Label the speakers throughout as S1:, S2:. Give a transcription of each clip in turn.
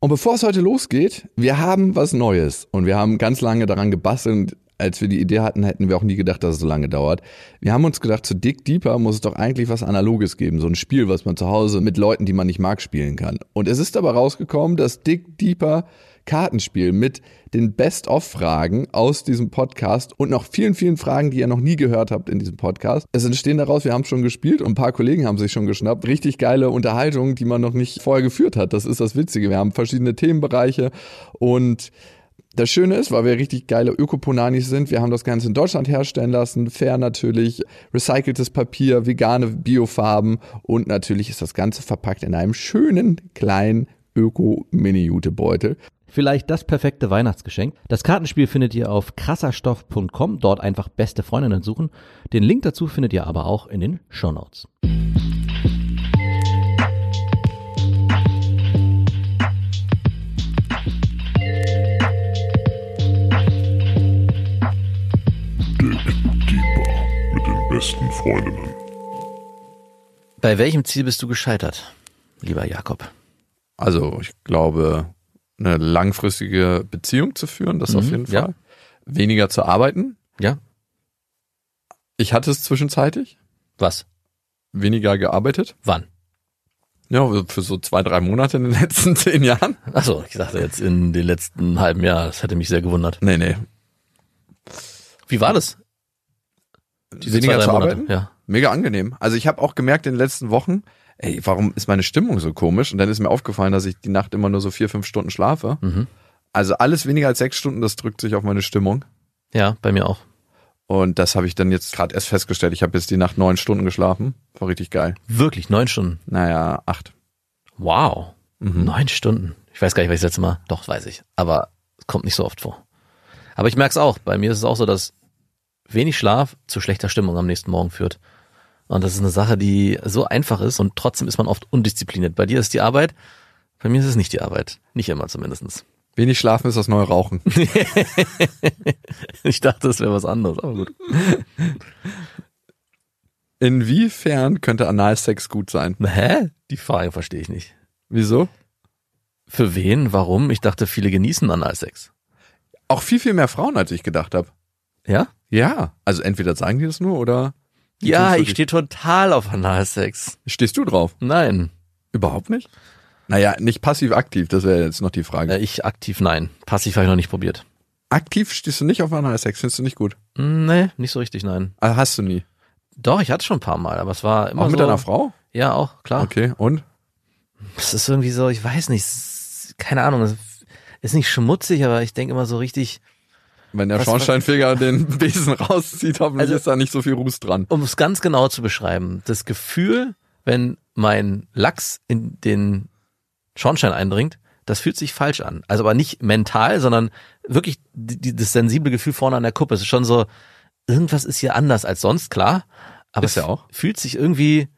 S1: Und bevor es heute losgeht, wir haben was Neues und wir haben ganz lange daran gebastelt. Und als wir die Idee hatten, hätten wir auch nie gedacht, dass es so lange dauert. Wir haben uns gedacht, zu Dick Deeper muss es doch eigentlich was Analoges geben, so ein Spiel, was man zu Hause mit Leuten, die man nicht mag, spielen kann. Und es ist aber rausgekommen, dass Dick Deeper Kartenspiel mit den Best-of-Fragen aus diesem Podcast und noch vielen, vielen Fragen, die ihr noch nie gehört habt in diesem Podcast. Es entstehen daraus, wir haben schon gespielt und ein paar Kollegen haben sich schon geschnappt. Richtig geile Unterhaltung, die man noch nicht vorher geführt hat. Das ist das Witzige. Wir haben verschiedene Themenbereiche und das Schöne ist, weil wir richtig geile Ökoponanis sind, wir haben das Ganze in Deutschland herstellen lassen, fair natürlich, recyceltes Papier, vegane Biofarben und natürlich ist das Ganze verpackt in einem schönen kleinen Öko-Mini-Jutebeutel.
S2: Vielleicht das perfekte Weihnachtsgeschenk. Das Kartenspiel findet ihr auf krasserstoff.com, dort einfach beste Freundinnen suchen. Den Link dazu findet ihr aber auch in den Shownotes.
S3: mit den besten Freundinnen.
S4: Bei welchem Ziel bist du gescheitert, lieber Jakob?
S1: Also ich glaube, eine langfristige Beziehung zu führen, das auf
S4: Mhm,
S1: jeden Fall.
S4: ja.
S1: Weniger zu arbeiten.
S4: Ja.
S1: Ich hatte es zwischenzeitlich,
S4: Was?
S1: weniger gearbeitet.
S4: Wann?
S1: Ja, also für so zwei, drei Monate in den letzten zehn Jahren.
S4: Achso, ich dachte jetzt in den letzten halben Jahr. Das hätte mich sehr gewundert.
S1: Nee, nee.
S4: Wie war das?
S1: weniger zu arbeiten.
S4: Ja.
S1: Mega angenehm. Also ich habe auch gemerkt in den letzten Wochen, ey, warum ist meine Stimmung so komisch? Und dann ist mir aufgefallen, dass ich die Nacht immer nur so vier, fünf Stunden schlafe.
S4: Mhm.
S1: Also alles weniger als sechs Stunden, das drückt sich auf meine Stimmung.
S4: Ja, bei mir auch.
S1: Und das habe ich dann jetzt gerade erst festgestellt. Ich habe jetzt die Nacht neun Stunden geschlafen. War richtig geil.
S4: Wirklich, neun Stunden.
S1: Naja, acht.
S4: Wow.
S1: Mhm.
S4: Neun Stunden. Ich weiß gar nicht, was ich das letzte Mal. Doch, weiß ich. Aber es kommt nicht so oft vor. Aber ich merke es auch. Bei mir ist es auch so, dass wenig Schlaf zu schlechter Stimmung am nächsten Morgen führt. Und das ist eine Sache, die so einfach ist und trotzdem ist man oft undiszipliniert. Bei dir ist die Arbeit, bei mir ist es nicht die Arbeit. Nicht immer zumindestens.
S1: Wenig schlafen ist das neue Rauchen.
S4: Ich dachte, es wäre was anderes, aber gut.
S1: Inwiefern könnte Analsex gut sein?
S4: Hä? Die Frage verstehe ich nicht.
S1: Wieso?
S4: Für wen? Warum? Ich dachte, viele genießen Analsex.
S1: Auch viel, viel mehr Frauen, als ich gedacht habe.
S4: Ja?
S1: Ja, also entweder sagen die das nur oder Die
S4: Ja,
S1: tun's
S4: ich stehe total auf Analsex.
S1: stehst du drauf?
S4: Nein.
S1: Überhaupt nicht? Naja, nicht passiv-aktiv, das wäre jetzt noch die Frage.
S4: Äh, Ich aktiv nein. Passiv habe ich noch nicht probiert.
S1: Aktiv stehst du nicht auf Analsex, findest du nicht gut.
S4: Hm, Nee, nicht so richtig nein.
S1: Also hast du nie.
S4: Doch, ich hatte schon ein paar Mal, aber es war immer
S1: auch mit
S4: so. Ah.
S1: deiner Frau?
S4: Ja, auch, klar.
S1: Okay, und?
S4: Es ist irgendwie so, ich weiß nicht, s- keine Ahnung, es ist nicht schmutzig, aber ich denke immer so richtig,
S1: Wenn der
S4: Was-
S1: Schornsteinfeger den Besen rauszieht, hoffentlich
S4: Also-
S1: ist da nicht so viel Ruß dran.
S4: um es ganz genau zu beschreiben, das Gefühl, wenn mein Lachs in den Schornstein eindringt, das fühlt sich falsch an. Also aber nicht mental, sondern wirklich die, die, das sensible Gefühl vorne an der Kuppe. Es ist schon so, irgendwas ist hier anders als sonst, klar. Aber
S1: Ist ja
S4: es
S1: auch.
S4: fühlt sich irgendwie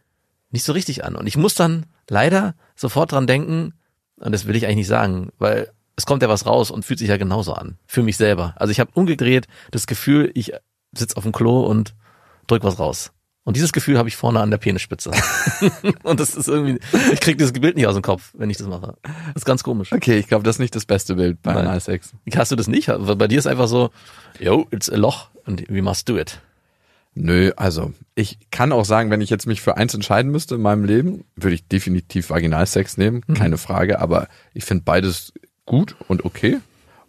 S4: nicht so richtig an. Und ich muss dann leider sofort dran denken, und das will ich eigentlich nicht sagen, weil es kommt ja was raus und fühlt sich ja genauso an. Für mich selber. Also ich habe umgedreht das Gefühl, ich sitz auf dem Klo und drück was raus. Und dieses Gefühl habe ich vorne an der Penisspitze. und das ist irgendwie, ich krieg dieses Bild nicht aus dem Kopf, wenn ich das mache. Das ist ganz komisch.
S1: Okay, ich glaube, das ist nicht das beste Bild bei
S4: Nein.
S1: Analsex.
S4: Hast du das nicht? Weil Bei dir ist einfach so, yo, it's a Loch und we must do it.
S1: Nö, also ich kann auch sagen, wenn ich jetzt mich für eins entscheiden müsste in meinem Leben, würde ich definitiv Vaginalsex nehmen, keine Frage, aber ich finde beides gut und okay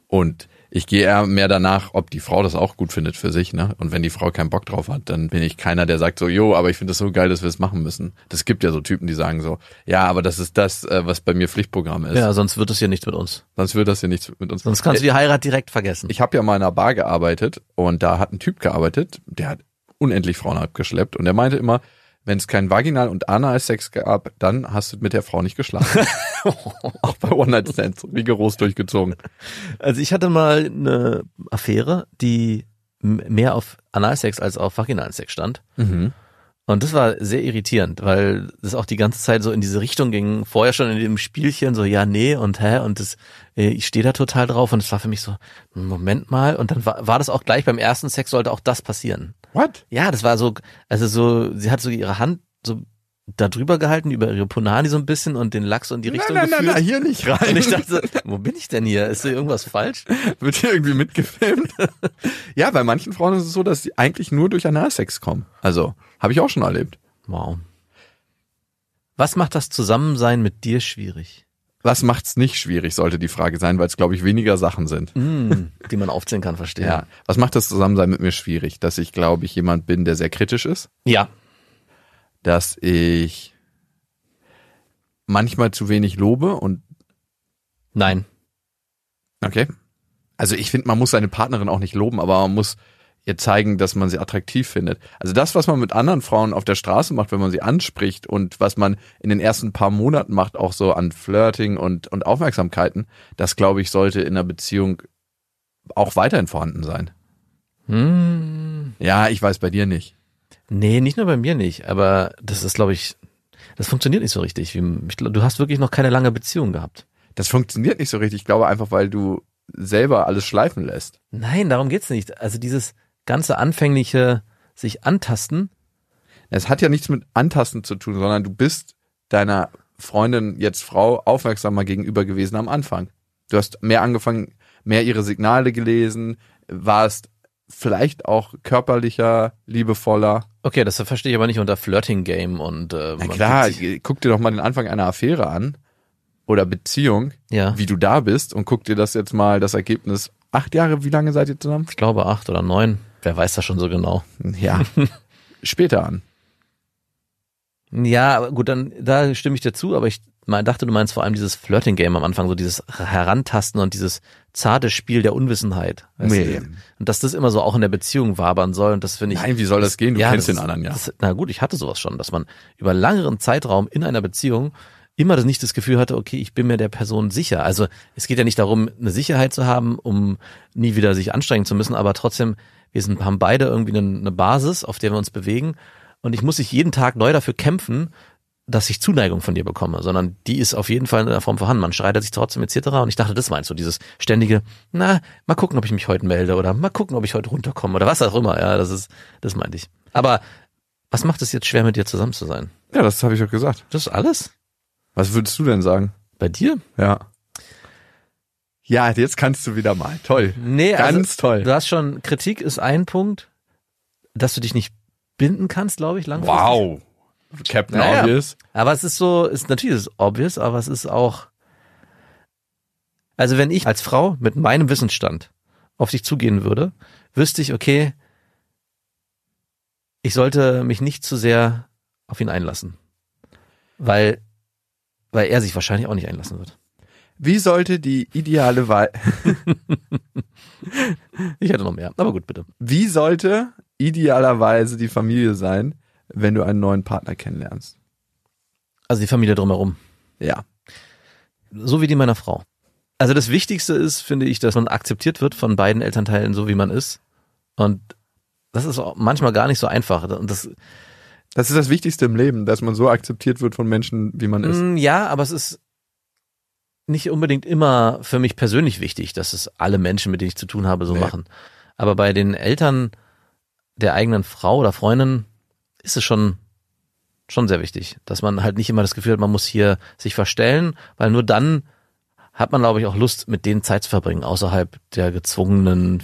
S1: und ich gehe eher mehr danach, ob die Frau das auch gut findet für sich, ne? Und wenn die Frau keinen Bock drauf hat, dann bin ich keiner, der sagt so, jo, aber ich finde das so geil, dass wir es machen müssen. Das gibt ja so Typen, die sagen so, ja, aber das ist das, äh, was bei mir Pflichtprogramm ist.
S4: Ja, sonst wird es hier nichts mit uns.
S1: Sonst würde das hier nichts mit uns
S4: Sonst kannst du die Heirat direkt vergessen.
S1: ich habe ja mal in einer Bar gearbeitet und da hat ein Typ gearbeitet, der hat unendlich Frauen abgeschleppt und der meinte immer, wenn es kein Vaginal- und Analsex gab, dann hast du mit der Frau nicht geschlafen. Auch bei One-Night-Stands, rigoros durchgezogen.
S4: Also ich hatte mal eine Affäre, die m- mehr auf Analsex als auf Vaginalsex stand. Und das war sehr irritierend, weil das auch die ganze Zeit so in diese Richtung ging. Vorher schon in dem Spielchen so, ja, nee und hä und das, äh, ich stehe da total drauf und es war für mich so, Moment mal. Und dann war, war das auch gleich beim ersten Sex sollte auch das passieren.
S1: What?
S4: Ja, das war so, also so, sie hat so ihre Hand so da drüber gehalten, über ihre Punani so ein bisschen und den Lachs und die Richtung
S1: nein, nein,
S4: geführt.
S1: nein, hier nicht rein.
S4: und ich dachte, wo bin ich denn hier? Ist hier irgendwas falsch?
S1: Wird hier irgendwie mitgefilmt? ja, bei manchen Frauen ist es so, dass sie eigentlich nur durch Analsex kommen. Also, habe ich auch schon erlebt.
S4: Wow. Was macht das Zusammensein mit dir schwierig?
S1: Was macht's nicht schwierig, sollte die Frage sein, weil es, glaube ich, weniger Sachen sind.
S4: Mm, die man aufzählen kann, verstehe.
S1: Ja. Was macht das Zusammensein mit mir schwierig? Dass ich, glaube ich, jemand bin, der sehr kritisch ist.
S4: ja.
S1: Dass ich manchmal zu wenig lobe und
S4: Nein.
S1: Okay. Also ich finde, man muss seine Partnerin auch nicht loben, aber man muss ihr zeigen, dass man sie attraktiv findet. Also das, was man mit anderen Frauen auf der Straße macht, wenn man sie anspricht und was man in den ersten paar Monaten macht, auch so an Flirting und, und Aufmerksamkeiten, das glaube ich, sollte in einer Beziehung auch weiterhin vorhanden sein.
S4: Hm.
S1: Ja, ich weiß bei dir nicht.
S4: Nee, nicht nur bei mir nicht, aber das ist, glaube ich, das funktioniert nicht so richtig. Wie- Ich glaub, du hast wirklich noch keine lange Beziehung gehabt.
S1: Das funktioniert nicht so richtig, ich glaube einfach, weil du selber alles schleifen lässt.
S4: Nein, darum geht's nicht. Also dieses ganze anfängliche sich antasten,
S1: Es hat ja nichts mit Antasten zu tun, sondern du bist deiner Freundin, jetzt Frau, aufmerksamer gegenüber gewesen am Anfang. Du hast mehr angefangen, mehr ihre Signale gelesen, warst vielleicht auch körperlicher, liebevoller.
S4: okay, das verstehe ich aber nicht unter Flirting Game und äh,
S1: Na
S4: man
S1: klar,
S4: fühlt sich-
S1: guck dir doch mal den Anfang einer Affäre an oder Beziehung,
S4: ja,
S1: wie du da bist und guck dir das jetzt mal, das Ergebnis. Acht Jahre, wie lange seid ihr zusammen?
S4: ich glaube acht oder neun. Wer weiß das schon so genau?
S1: Ja. Später an.
S4: Ja, aber gut, dann da stimme ich dir zu, aber ich mein, dachte, du meinst vor allem dieses Flirting Game am Anfang, so dieses Herantasten und dieses zarte Spiel der Unwissenheit. weißt
S1: Nee.
S4: du? Und dass das immer so auch in der Beziehung wabern soll und das finde ich.
S1: Nein, wie soll das gehen? Du kennst
S4: das
S1: den
S4: ist-
S1: anderen ja.
S4: Das, na gut, ich hatte sowas schon, dass man über längeren Zeitraum in einer Beziehung immer das nicht das Gefühl hatte, okay, ich bin mir der Person sicher. Also es geht ja nicht darum, eine Sicherheit zu haben, um nie wieder sich anstrengen zu müssen, aber trotzdem, wir sind, haben beide irgendwie eine, eine Basis, auf der wir uns bewegen. Und ich muss sich jeden Tag neu dafür kämpfen, dass ich Zuneigung von dir bekomme, sondern die ist auf jeden Fall in der Form vorhanden. Man streitet sich trotzdem etc. Und ich dachte, das meinst du, dieses ständige, na, mal gucken, ob ich mich heute melde oder mal gucken, ob ich heute runterkomme oder was auch immer. Ja, das ist, das meinte ich. Aber was macht es jetzt schwer, mit dir zusammen zu sein?
S1: Ja, das habe ich doch gesagt.
S4: Das ist alles?
S1: Was würdest du denn sagen?
S4: Bei dir?
S1: Ja. Ja, jetzt kannst du wieder mal. Toll.
S4: Nee, also
S1: Ganz toll.
S4: Du hast schon, Kritik ist ein Punkt, dass du dich nicht binden kannst, glaube ich, langfristig.
S1: Wow. Captain
S4: Naja.
S1: Obvious.
S4: Aber es ist so, ist natürlich ist es obvious, aber es ist auch. Also wenn ich als Frau mit meinem Wissensstand auf dich zugehen würde, wüsste ich, okay, ich sollte mich nicht zu sehr auf ihn einlassen. Weil, weil er sich wahrscheinlich auch nicht einlassen wird.
S1: Wie sollte die ideale Wahl,
S4: Ich hätte noch mehr, aber gut, bitte.
S1: wie sollte idealerweise die Familie sein, wenn du einen neuen Partner kennenlernst?
S4: Also die Familie drumherum.
S1: Ja.
S4: so wie die meiner Frau. Also das Wichtigste ist, finde ich, dass man akzeptiert wird von beiden Elternteilen, so wie man ist. Und das ist auch manchmal gar nicht so einfach. Und das,
S1: Das ist das Wichtigste im Leben, dass man so akzeptiert wird von Menschen, wie man ist.
S4: Mm, ja, aber es ist nicht unbedingt immer für mich persönlich wichtig, dass es alle Menschen, mit denen ich zu tun habe, so
S1: Nee.
S4: machen. Aber bei den Eltern der eigenen Frau oder Freundin ist es schon schon sehr wichtig, dass man halt nicht immer das Gefühl hat, man muss hier sich verstellen, weil nur dann hat man, glaube ich, auch Lust, mit denen Zeit zu verbringen, außerhalb der gezwungenen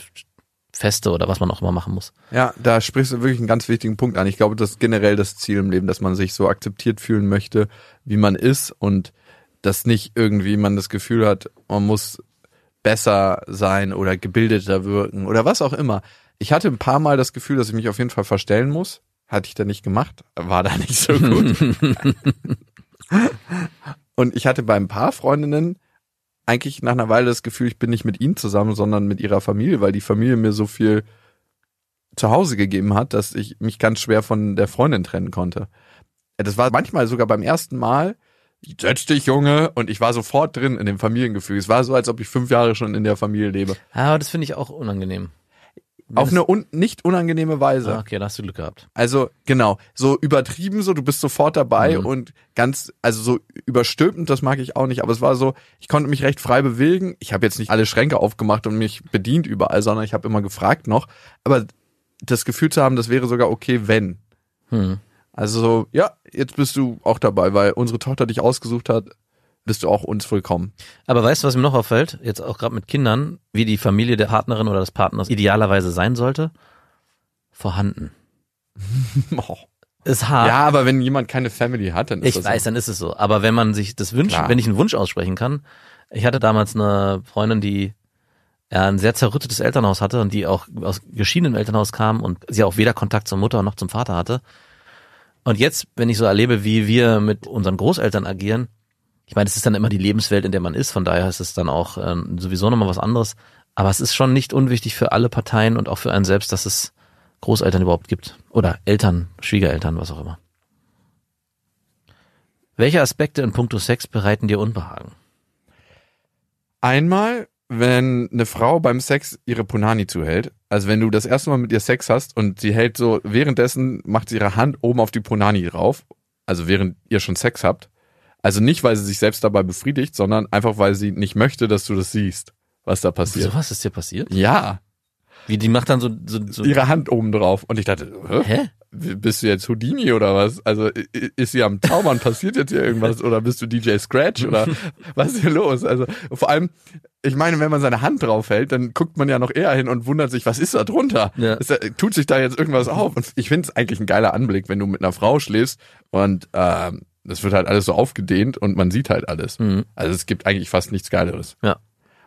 S4: Feste oder was man auch immer machen muss.
S1: Ja, da sprichst du wirklich einen ganz wichtigen Punkt an. Ich glaube, das ist generell das Ziel im Leben, dass man sich so akzeptiert fühlen möchte, wie man ist und dass nicht irgendwie man das Gefühl hat, man muss besser sein oder gebildeter wirken oder was auch immer. Ich hatte ein paar Mal das Gefühl, dass ich mich auf jeden Fall verstellen muss. Hatte ich da nicht gemacht. War da nicht so gut. und ich hatte bei ein paar Freundinnen eigentlich nach einer Weile das Gefühl, ich bin nicht mit ihnen zusammen, sondern mit ihrer Familie, weil die Familie mir so viel zu Hause gegeben hat, dass ich mich ganz schwer von der Freundin trennen konnte. Äh, Das war manchmal sogar beim ersten Mal, setz dich, Junge, und ich war sofort drin in dem Familiengefühl. Es war so, als ob ich fünf Jahre schon in der Familie lebe.
S4: Aber das finde ich auch unangenehm.
S1: Auf eine un nicht unangenehme Weise.
S4: Ah, Okay, da hast du Glück gehabt.
S1: Also, genau, so übertrieben so, du bist sofort dabei
S4: Mhm.
S1: und ganz, also so überstülpend, das mag ich auch nicht, aber es war so, ich konnte mich recht frei bewegen. Ich habe jetzt nicht alle Schränke aufgemacht und mich bedient überall, sondern ich habe immer gefragt noch. Aber das Gefühl zu haben, das wäre sogar okay, wenn.
S4: Hm.
S1: Also so, ja, jetzt bist du auch dabei, weil unsere Tochter dich ausgesucht hat, bist du auch uns willkommen.
S4: Aber weißt du, was mir noch auffällt? Jetzt auch gerade mit Kindern, wie die Familie der Partnerin oder des Partners idealerweise sein sollte? Vorhanden.
S1: Oh.
S4: Ist hart.
S1: Ja, aber wenn jemand keine Family hat, dann ist
S4: Ah. Ich
S1: das
S4: weiß,
S1: so.
S4: dann ist es so. Aber wenn man sich das wünscht,
S1: Klar.
S4: wenn ich einen Wunsch aussprechen kann. Ich hatte damals eine Freundin, die äh, ein sehr zerrüttetes Elternhaus hatte und die auch aus geschiedenem Elternhaus kam und sie auch weder Kontakt zur Mutter noch zum Vater hatte. Und jetzt, wenn ich so erlebe, wie wir mit unseren Großeltern agieren, ich meine, es ist dann immer die Lebenswelt, in der man ist, von daher ist es dann auch ähm, sowieso nochmal was anderes. Aber es ist schon nicht unwichtig für alle Parteien und auch für einen selbst, dass es Großeltern überhaupt gibt. Oder Eltern, Schwiegereltern, was auch immer. Welche Aspekte in puncto Sex bereiten dir Unbehagen?
S1: Einmal, wenn eine Frau beim Sex ihre Punani zuhält, also wenn du das erste Mal mit ihr Sex hast und sie hält so, währenddessen macht sie ihre Hand oben auf die Punani drauf, also während ihr schon Sex habt. Also nicht, weil sie sich selbst dabei befriedigt, sondern einfach, weil sie nicht möchte, dass du das siehst, was da passiert.
S4: So was ist dir passiert?
S1: Ja,
S4: Wie die macht dann so, so, so
S1: ihre Hand oben drauf. Und ich dachte, hä?
S4: Hä?
S1: bist du jetzt Houdini oder was? Also i- i- ist sie am Zaubern? Passiert jetzt hier irgendwas? Oder bist du DJ Scratch? Oder was ist hier los? Also vor allem, ich meine, wenn man seine Hand drauf hält, dann guckt man ja noch eher hin und wundert sich, was ist da drunter?
S4: Ja.
S1: Ist da, tut sich da jetzt irgendwas auf? Und ich finde es eigentlich ein geiler Anblick, wenn du mit einer Frau schläfst und ähm, das wird halt alles so aufgedehnt und man sieht halt alles.
S4: Mhm.
S1: Also es gibt eigentlich fast nichts Geileres.
S4: Ja.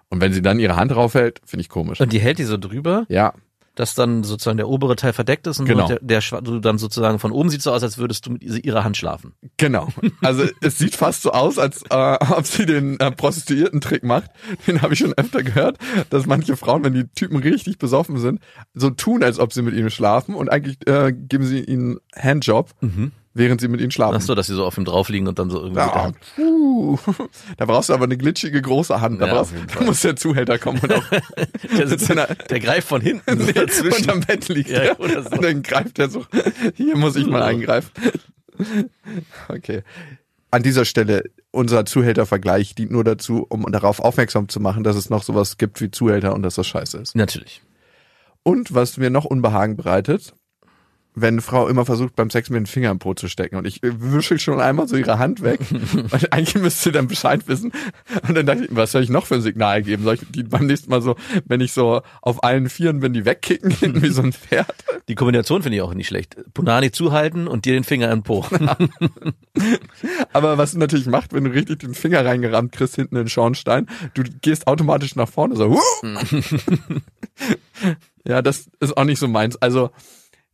S1: Und wenn sie dann ihre Hand drauf hält, finde ich komisch.
S4: Und die hält die so drüber,
S1: Ja,
S4: dass dann sozusagen der obere Teil verdeckt ist und
S1: Genau.
S4: der, der schwa- du dann sozusagen von oben sieht so aus, als würdest du mit ihr- ihrer Hand schlafen.
S1: Genau. Also es sieht fast so aus, als äh, ob sie den äh, Prostituierten-Trick macht. Den habe ich schon öfter gehört, dass manche Frauen, wenn die Typen richtig besoffen sind, so tun, als ob sie mit ihnen schlafen und eigentlich äh, geben sie ihnen Handjob,
S4: Mhm.
S1: während sie mit ihnen schlafen.
S4: Ach so, dass sie so auf ihm drauf liegen und dann so irgendwie. mit der
S1: Ja,
S4: Hand-
S1: puh. Da brauchst du aber eine glitschige große Hand. Da,
S4: Ja,
S1: brauchst,
S4: auf jeden
S1: da muss der Zuhälter kommen und auch
S4: Der, sitzt,
S1: mit seiner-
S4: der greift von hinten so dazwischen.
S1: unterm Bett liegt.
S4: Ja,
S1: er.
S4: oder so.
S1: Und dann greift er so. Hier muss ich mal
S4: Ja.
S1: eingreifen. Okay. An dieser Stelle, unser Zuhältervergleich dient nur dazu, um darauf aufmerksam zu machen, dass es noch sowas gibt wie Zuhälter und dass das scheiße ist.
S4: Natürlich.
S1: Und was mir noch Unbehagen bereitet, wenn eine Frau immer versucht, beim Sex mir den Finger im Po zu stecken und ich wische schon einmal so ihre Hand weg und eigentlich müsste sie dann Bescheid wissen. Und dann dachte ich, was soll ich noch für ein Signal geben? Soll ich die beim nächsten Mal so, wenn ich so auf allen Vieren bin, die wegkicken, hinten wie so ein Pferd?
S4: Die Kombination finde ich auch nicht schlecht. Punani zuhalten und dir den Finger im Po.
S1: Aber was du natürlich macht, wenn du richtig den Finger reingerammt kriegst hinten in den Schornstein, du gehst automatisch nach vorne so. "Huh!" ja, das ist auch nicht so meins. Also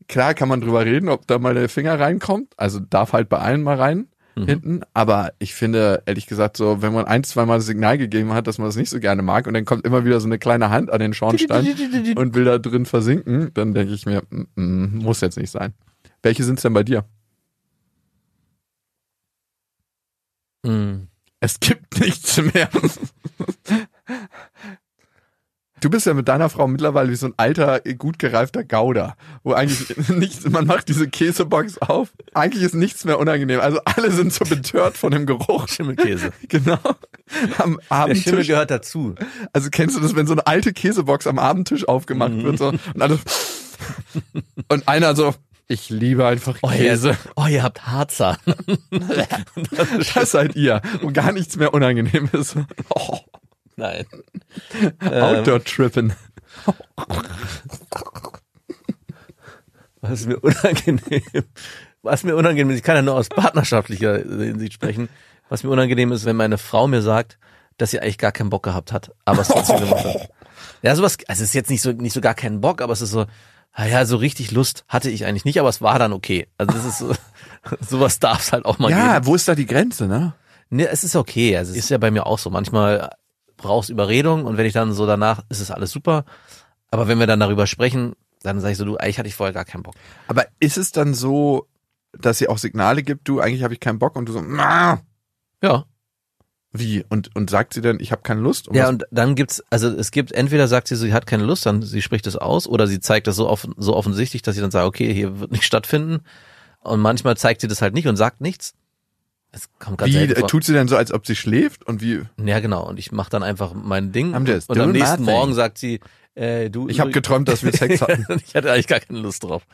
S1: klar kann man drüber reden, ob da mal der Finger reinkommt. Also darf halt bei allen mal rein hinten. Aber ich finde, ehrlich gesagt, so, wenn man ein, zweimal das Signal gegeben hat, dass man das nicht so gerne mag und dann kommt immer wieder so eine kleine Hand an den Schornstein und will da drin versinken, dann denke ich mir, mm, mm, muss jetzt nicht sein. Welche sind's denn bei dir?
S4: Mhm.
S1: Es gibt nichts mehr. Du bist ja mit deiner Frau mittlerweile wie so ein alter, gut gereifter Gouda, wo eigentlich nichts, man macht diese Käsebox auf. Eigentlich ist nichts mehr unangenehm. Also alle sind so betört von dem Geruch.
S4: Schimmelkäse.
S1: Genau. Am
S4: Der Schimmel
S1: Abendtisch.
S4: gehört dazu.
S1: Also kennst du das, wenn so eine alte Käsebox am Abendtisch aufgemacht wird so, und alle, und einer so, ich liebe einfach
S4: Oh, ihr,
S1: Käse.
S4: oh, ihr habt Harzer.
S1: das seid ihr, wo gar nichts mehr unangenehm ist. Oh, Ähm.
S4: Nein.
S1: Outdoor-Trippen.
S4: Was ist mir unangenehm? Was mir unangenehm ist, ich kann ja nur aus partnerschaftlicher Hinsicht sprechen. Was mir unangenehm ist, wenn meine Frau mir sagt, dass sie eigentlich gar keinen Bock gehabt hat, aber es trotzdem gemacht hat. Ja, sowas, also es ist jetzt nicht so, nicht so gar keinen Bock, aber es ist so, ah ja, so richtig Lust hatte ich eigentlich nicht, aber es war dann okay. Also das ist so, sowas darf es halt auch mal geben.
S1: Ja, wo ist da die Grenze, ne?
S4: Nee, es ist okay. Also es ist ja bei mir auch so. Manchmal brauchst Überredung und wenn ich dann so danach, ist es alles super. Aber wenn wir dann darüber sprechen, dann sage ich so, du, eigentlich hatte ich vorher gar keinen Bock.
S1: Aber ist es dann so, dass sie auch Signale gibt, du, eigentlich habe ich keinen Bock und du so, "Na,
S4: Ja.
S1: wie? Und, und sagt sie dann, ich habe keine Lust? Und
S4: Ja,
S1: was-
S4: und dann gibt's, also es gibt, entweder sagt sie so, sie hat keine Lust, dann sie spricht das aus, oder sie zeigt das so, offen, so offensichtlich, dass sie dann sagt, okay, hier wird nicht stattfinden. Und manchmal zeigt sie das halt nicht und sagt nichts. Es kommt ganz
S1: wie
S4: selten
S1: äh,
S4: vor.
S1: tut sie dann so, als ob sie schläft? Und wie?
S4: Ja, genau. Und ich mache dann einfach mein Ding.
S1: I'm just
S4: Und am
S1: doing my
S4: nächsten
S1: thing.
S4: Morgen sagt sie, äh, du.
S1: Ich habe
S4: übrigens-
S1: geträumt, dass wir Sex hatten.
S4: ich hatte eigentlich gar keine Lust drauf.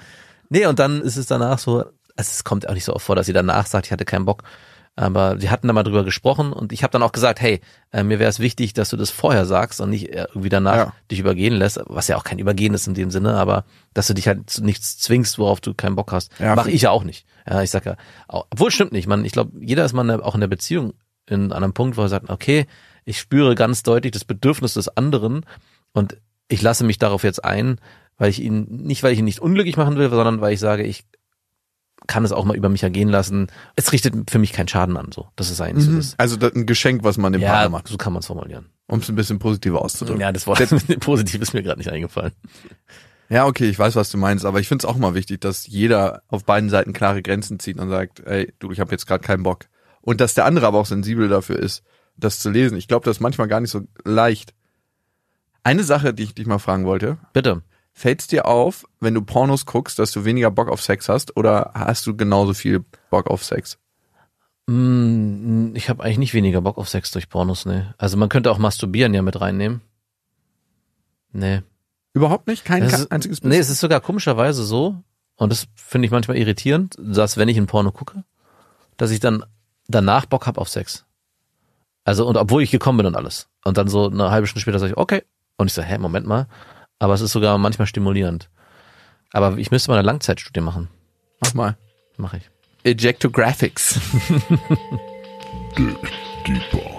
S4: Nee, und dann ist es danach so, also es kommt auch nicht so oft vor, dass sie danach sagt, ich hatte keinen Bock. Aber sie hatten da mal drüber gesprochen und ich habe dann auch gesagt, hey, äh, mir wäre es wichtig, dass du das vorher sagst und nicht äh, irgendwie danach
S1: Ja.
S4: dich übergehen lässt, was ja auch kein Übergehen ist in dem Sinne, aber dass du dich halt zu nichts zwingst, worauf du keinen Bock hast.
S1: Ja,
S4: Mach
S1: für-
S4: ich ja auch nicht. Ja, ich sag ja, au- obwohl stimmt nicht, man, ich glaube, jeder ist mal in der- auch in der Beziehung in einem Punkt, wo er sagt, okay, ich spüre ganz deutlich das Bedürfnis des anderen und ich lasse mich darauf jetzt ein, weil ich ihn, nicht weil ich ihn nicht unglücklich machen will, sondern weil ich sage, ich kann es auch mal über mich ergehen lassen. Es richtet für mich keinen Schaden an, so. Das ist eigentlich so
S1: Also das, ein Geschenk, was man dem
S4: das.
S1: Partner
S4: Ja,
S1: macht,
S4: so kann man es formulieren.
S1: um es ein bisschen positiver auszudrücken.
S4: Ja, das Wort mit positiv ist mir gerade nicht eingefallen.
S1: Ja, okay, ich weiß, was du meinst, aber ich find's auch mal wichtig, dass jeder auf beiden Seiten klare Grenzen zieht und sagt, ey, du, ich habe jetzt gerade keinen Bock. Und dass der andere aber auch sensibel dafür ist, das zu lesen. Ich glaube, das ist manchmal gar nicht so leicht. Eine Sache, die ich dich mal fragen wollte,
S4: Bitte.
S1: fällt's dir auf, wenn du Pornos guckst, dass du weniger Bock auf Sex hast oder hast du genauso viel Bock auf Sex?
S4: Mm, Ich habe eigentlich nicht weniger Bock auf Sex durch Pornos, ne. Also man könnte auch masturbieren ja mit reinnehmen. Nee.
S1: Überhaupt nicht? Kein
S4: Das
S1: ka-
S4: ist-
S1: einziges
S4: Nee, es ist sogar komischerweise so, und das finde ich manchmal irritierend, dass wenn ich ein Porno gucke, dass ich dann danach Bock hab auf Sex. Also, und obwohl ich gekommen bin und alles. Und dann so eine halbe Stunde später sage ich, okay. Und ich so, hä, Moment mal. Aber es ist sogar manchmal stimulierend. Aber ich müsste mal eine Langzeitstudie machen.
S1: Mach mal.
S4: Mache ich.
S1: Ejectographics.
S3: Dig deeper.